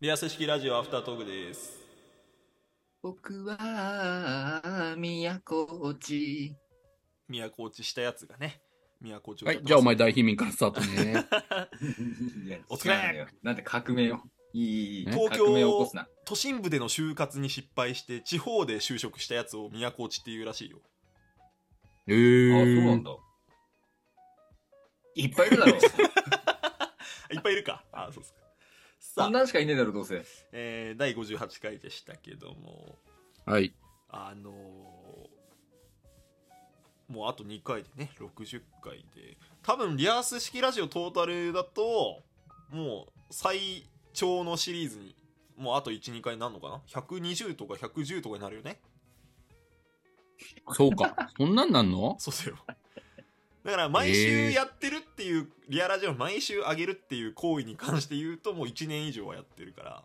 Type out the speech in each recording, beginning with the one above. リアス式ラジオアフタートークです。僕は都落ち。宮古落ちしたやつがね、宮古落ちをは歌ってい、ますじゃあお前大貧民からスタートね。お疲れ違うのよなんで革命を。いいいいいい東京革命を起こすな。都心部での就活に失敗して、地方で就職したやつを宮古落ちっていうらしいよ。あ、そえうー、なんだ。いっぱいいるだろ。いっぱいいるか。あ、そうですか。 さそんあ、なんしかいねえだろ、どうせ。えー、第58回でしたけども、はい。あのーもうあと2回でね、60回で、多分リアス式ラジオトータルだと、もう最長のシリーズに、もうあと1、2回になるのかな ?120 とか110とかになるよね。そうか。そんなんなんのそうだよ。だから毎週やってるっていう、リアラジオ毎週上げるっていう行為に関して言うともう1年以上はやってるから。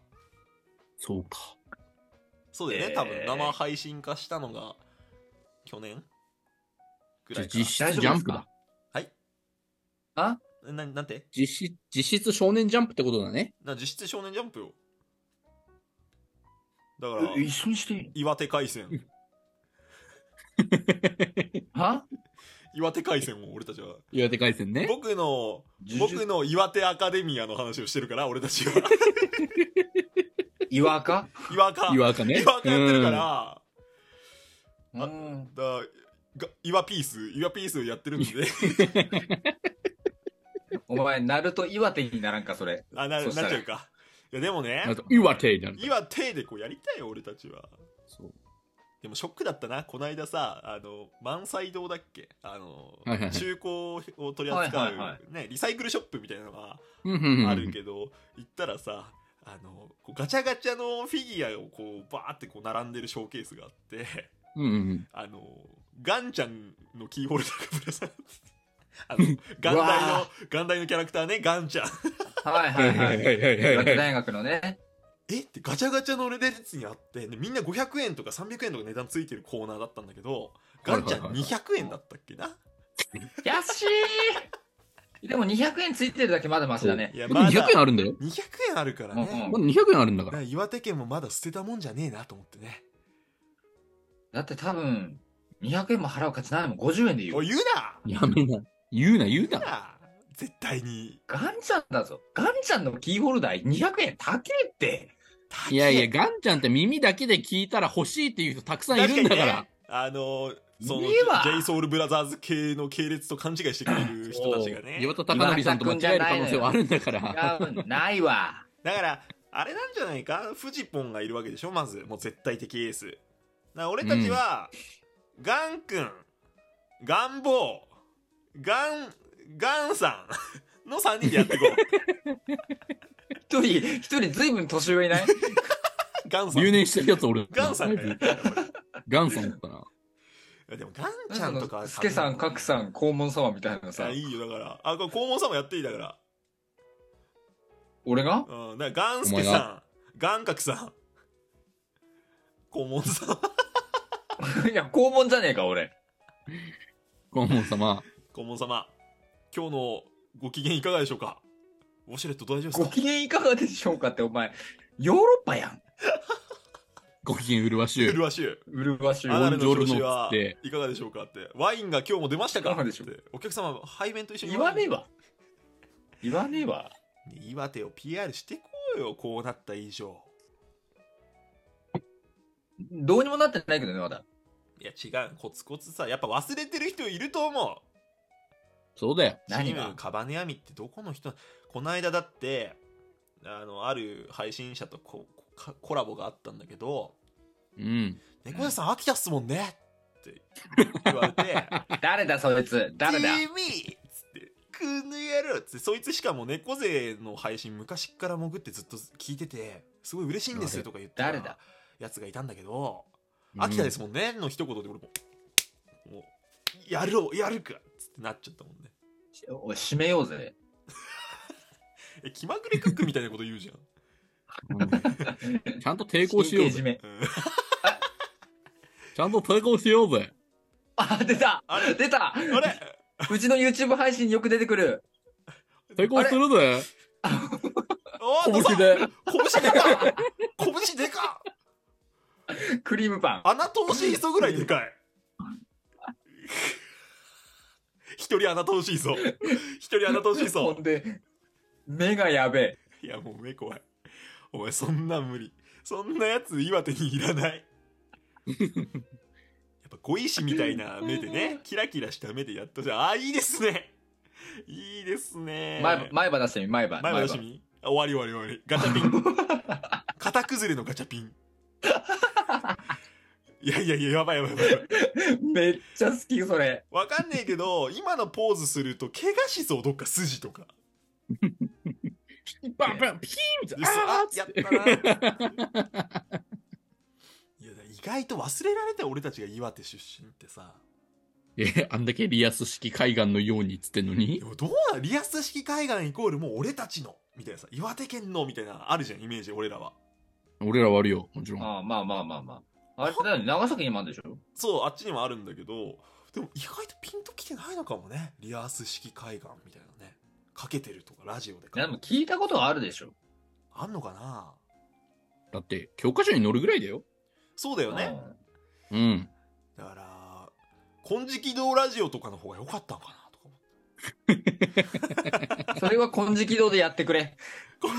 そうか。そうだよね、えー多分生配信化したのが去年ぐじらゃあいかな。実質ジャンプだ。はいあななんて実質、実質少年ジャンプってことだね。な実質少年ジャンプよ。だから、え一緒にしていいの岩手海戦。は岩手海戦を俺たちは。岩手海戦ね。僕の、呪術僕の岩手アカデミアの話をしてるから、俺たち は。岩か岩か。岩かね。岩かやってるかうん。ら。あうん。だが岩ピース岩ピースをやってるんでお前、ナルト岩手にならんか、それ。 あななそっしちたらゃうかいやでもねあと岩手になる。岩手でこうやりたいよ俺たちはそうでもショックだったなこの間さあの満載堂だっけあの、はいはいはい中古を取り扱う、はいはいはね、リサイクルショップみたいなのがうんうんうんあるけど、行ったらさあのこうガチャガチャのフィギュアをこうバーってこう並んでるショーケースがあって うんうんあのガンちゃんのキーホルダーがぶら下がってあのガンダイうのわガンダイのキャラクターねガンちゃんはいははいい ははいい。はいはい岩はい手大学のね。えってガチャガチャの列にあって、でみんな500円とか300円とか値段ついてるコーナーだったんだけど、ガンちゃんはいはいはい200円だったっけな安いでも200円ついてるだけまだマシだね。いや、こまれだ200円あるんだよ。 200円あるからうんうねん。これ200円あるんだだか。からら岩手県もまだ捨てたもんじゃねえなと思ってね。だって多分、200円も払う価値ないもん、50円でいいよおい、。言うなやめな。言うな、言言ううな。な絶対に。ガンちゃんだぞ。ガンちゃんのキーホルダー200円高えって。いやいや、ガンちゃんって耳だけで聞いたら欲しいっていう人たくさんいるんだから。あの、その、いいわ j ソ o u l b r o t h 系の系列と勘違いしてくれる人たちがね岩。田貴則さんと間違える可能性はあるんだから。違う、ないわ。だから、あれなんじゃないかフジポンがいるわけでしょまず、もう絶対的エース。だから俺たちは、ガン君、ガンボウ、ガン、ガンさんの3人でやっていこ う。一人、一人ずいぶん年上いないガンさん。留年してるやつ俺。ガンさんがやるやっぱガンさんだったな。りでも、ガンちゃんとか。スケさん、カクさん、黄門様みたいなのあさい。いよ、だから。あ、これ、肛門さんもやっていいだから。俺がうん。だから、ガンスケお前さん、ガンカクさん、肛門さん。いや、黄門じゃねえか、俺。顧問様。顧問様、今日のご機嫌いかがでしょうかウォシュレット大丈夫ですごか機嫌いかがでしょうかって、お前、ヨーロッパやん。ご機嫌うるわしゅうう。るわしゅう。うるわしゅうアナルの調子ボンジョルノっつはっていかがでしょうかって。ワインが今日も出ましたかいかがでしょうってお客様、背面と一緒に言わねえわ。言わねえわ。岩手を PR してこうよ、こうなった以上。どうにもなってないけどね、まだ。いや、違う。コツコツさ、やっぱ忘れてる人いると思う。そうだよ。何チームがカバネアミってどこの人この間だって、あの、ある配信者とここコラボがあったんだけど、うん。猫屋さん飽きたっすもんねって言われて、誰だ、そいつ。誰だ。君つって、この野郎つって、そいつしかも猫背の配信昔っから潜ってずっと聞いてて、すごい嬉しいんですよとか言ってた誰だやつがいたんだけど、秋田ですもんねの一言で俺も、もう、やろう、やるかつってなっちゃったもんね。おい、締めようぜ。え、気まぐれクックみたいなこと言う じゃん。うん。ちゃんと抵抗しよう神経締ぜ。めうんちゃんと抵抗しようぜ。あ、出たあれ出たあれうちの YouTube 配信によく出てくる。抵抗するぜ。お拳っとさで。拳でか拳でかクリームパン。穴通し磯ぐらいでか い一人穴通し磯一人穴通し磯ほんで、目がやべえ。いや、もう目怖い。お前、そんなん無理。そんなやつ、岩手にいらない。やっぱ、小石みたいな目でね、キラキラした目でやっとじゃあ、あー、いいですね。いいですね。前前歯出してみ、前歯。前歯出してみあ終わり終わり終わり。ガチャピン。型崩れのガチャピン。 いやいやいや、やばいやばいやばいやばい。前歯めっちゃ好き、それ。わかんねえけど、今のポーズすると、怪我しそう、どっか筋とか。バンバン、ピーンみたいでな。すああーっつやっってたな いやだから意外と忘れられて俺たちが岩手出身ってさえ、あんだけリアス式海岸のようにっつってんのにで。もどうなんリアス式海岸イコールもう俺たちのみたいなさ岩手県のみたいなあるじゃんイメージ俺らは俺らはあるよ、もちろん。ああまあまあまあまあ。あれって何長崎にもあるでしょそうあっちにもあるんだけどでも意外とピンときてないのかもねリアス式海岸みたいなねかけてるとかラジオでいやでもか聞いたことはあるでしょあんのかなだって、教科書に載るぐらいだよ。そうだよねうん。だから金色堂ラジオとかの方が良かったのかなとか思ってうんそれは金色堂でやってくれ。うん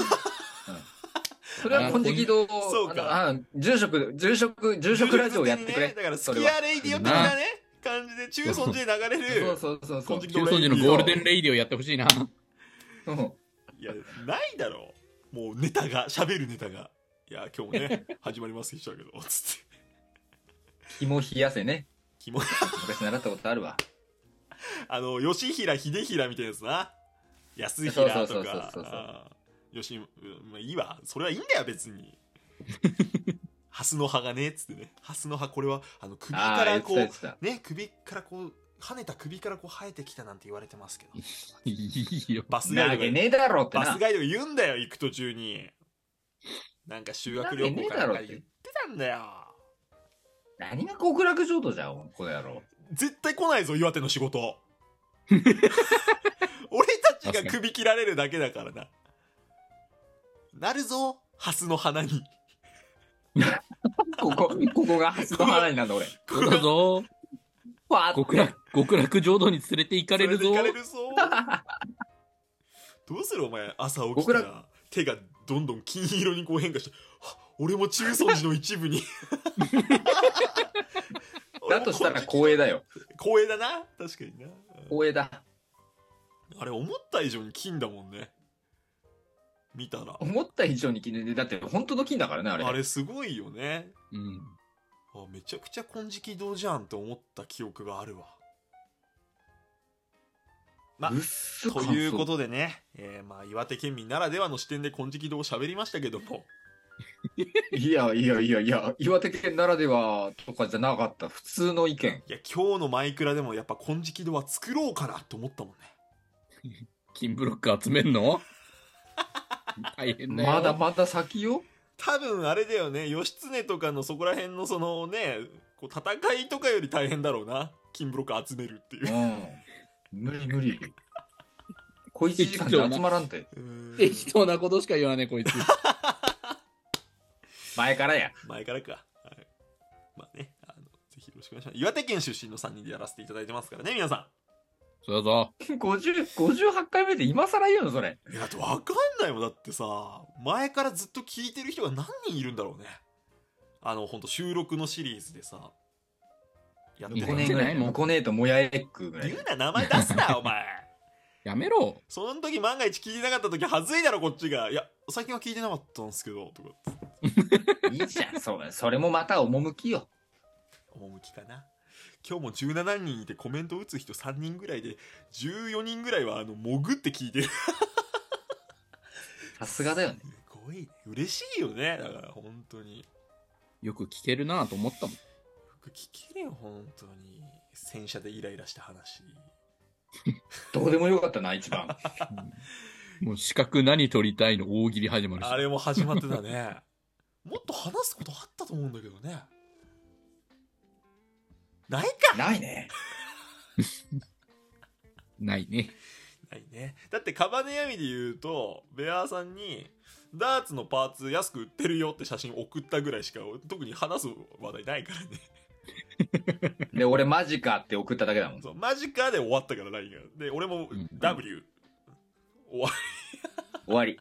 それは金色堂 そうかあのあ住職、住職、住職ラジオやってくれね。 だからスそキれはアレイディオ的なね感じで中尊寺で流れそるうそうそうそう金。色中村寺のゴールデンレイディをやってほしいな。うんいやないだろうもうネタが喋るネタがいや今日も ね始まります一緒だけどつって肝冷やせね。キモい昔習ったこと あるわ。あの吉平秀平みたいなやつな安平そとうそうそうそうかそうそうあー吉うんまあいいわそれはいいんだよ別にハスの葉がねっつってねハスの葉これはあの首あかあ、言らってこた言ってうた。ね首からこう跳ねた首からこう生えてきたなんて言われてますけどいいよ。バスガイドながわけねえだろってバなス。ガイドが言うんだよ、行く途中に。なんか修学旅行かなんか言ってたんだよ。何が極楽浄土じゃん、この野郎。絶対来ないぞ、岩手の仕事。俺たちが首切られるだけだからな。なるぞ、ハスの花に。ここ、ここが初の花になんだ、俺。そうだぞ。わーっ極て。楽、極楽浄土に連れて行かれるぞそ。で行かれるぞ。どうするお前、朝起きた極ら手がどんどん金色にこう変化して、はっ俺も中尊寺の一部に。だとしたら光栄だよ。光栄だな確かにな、うん光栄だ。あれ思った以上に金だもんね見たら思った以上に記念で、だって本当の金だからね、あれ。あれすごいよねうん。あめちゃくちゃ金色堂じゃんって思った記憶があるわまうっすということでね、えーまあ、岩手県民ならではの視点で金色堂を喋りましたけども感想いやいやいやいや、岩手県ならではとかじゃなかった、普通の意見。いや今日のマイクラでもやっぱ金色堂は作ろうかなって思ったもんね金ブロック集めんの 大変だよ。まだまだ先よ。多分あれだよね義経とかのそこら辺のそのねこう戦いとかより大変だろうな金ブロック集めるっていううん。無理無理。小一時間で集まらんて。うーん適当なことしか言わねえ、こいつ。前からや。前からか。はい。まあね、あの、ぜひよろしくお願いします。岩手県出身の3人でやらせていただいてますからね、皆さそうだぞ。 50、58回目で今更言うの、それ。ん。いや、だってわかんないもん。だってさ、前からずっと聞いてる人が何人いるんだろうね。あの、ほんと収録のシリーズでさ、やっていや5る年ぐらい。もう5年ともやエッグぐらい言う。な、名前出すな、お前。 やめろ。その時万が一聞いてなかった時はずいだろ、こっちが。いや、最近は聞いてなかったんですけど、とか。いいじゃん、そうそれもまた趣よ。趣かな今日も17人いてコメント打つ人3人ぐらいで14人ぐらいはあの潜って聞いてるすさすがだよね。ごいね嬉しいよねだから本当によよく聞けるなと思ったもん。く聞けるよ本当に戦車でイライラした話どうでもよかったな、一 番。もう資格何取りたいの大喜利始まるし。あれも始まってた ねもっと話すことあったと思うんだけどねないかないね。ないね。いね。だって、カバネヤミで言うと、ベアーさんに、ダーツのパーツ安く売ってるよって写真送ったぐらいしか、特に話す話題ないから ね。で、俺マジかって送っただけだもん。そう、マジかで終わったから、ラインが。で、俺もうん W。終わ終わり。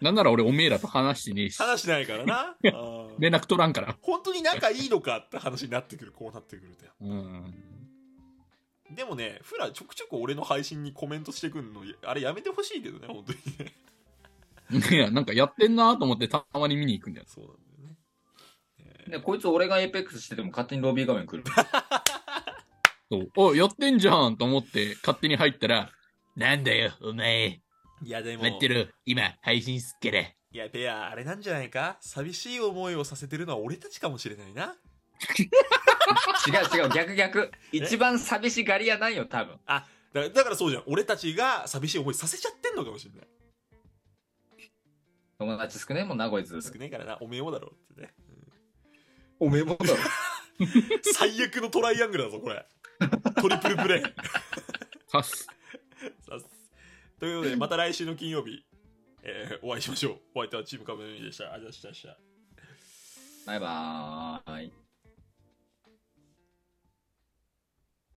なんなら俺おめえらと話してねえし。話しないから な。うん連絡取らんから。本当に仲いいのかって話になってくる、こうなってくると。うん。でもね、フラちょくちょく俺の配信にコメントしてくんの、あれやめてほしいけどね、本当にね。いや、なんかやってんなと思ってたまに見に行くんだよ。そうなんだよね。で、こいつ俺がエイペックスしてても勝手にロビー画面来 る。そう。お、やってんじゃんと思って勝手に入ったら、なんだよ、お前。いや、でも、待ってろ。今、配信すっけれ。いや、ペア、あれなんじゃないか寂しい思いをさせてるのは俺たちかもしれないな。違う違う、逆逆。一番寂しがり屋なんよ、多分。だだからそうじゃん。俺たちが寂しい思いさせちゃってんのかもしれない。友達少ねえもんな、こいつ。少ねえからな、おめえもだろってね。おめえもだろ。最悪のトライアングルだぞ、こ れ。トリプルプレイ。さす。さっすということで、また来週の金曜日、えーお会いしましょう。お相手はチームカメラミでした。ありがとうございました。バイバーイ。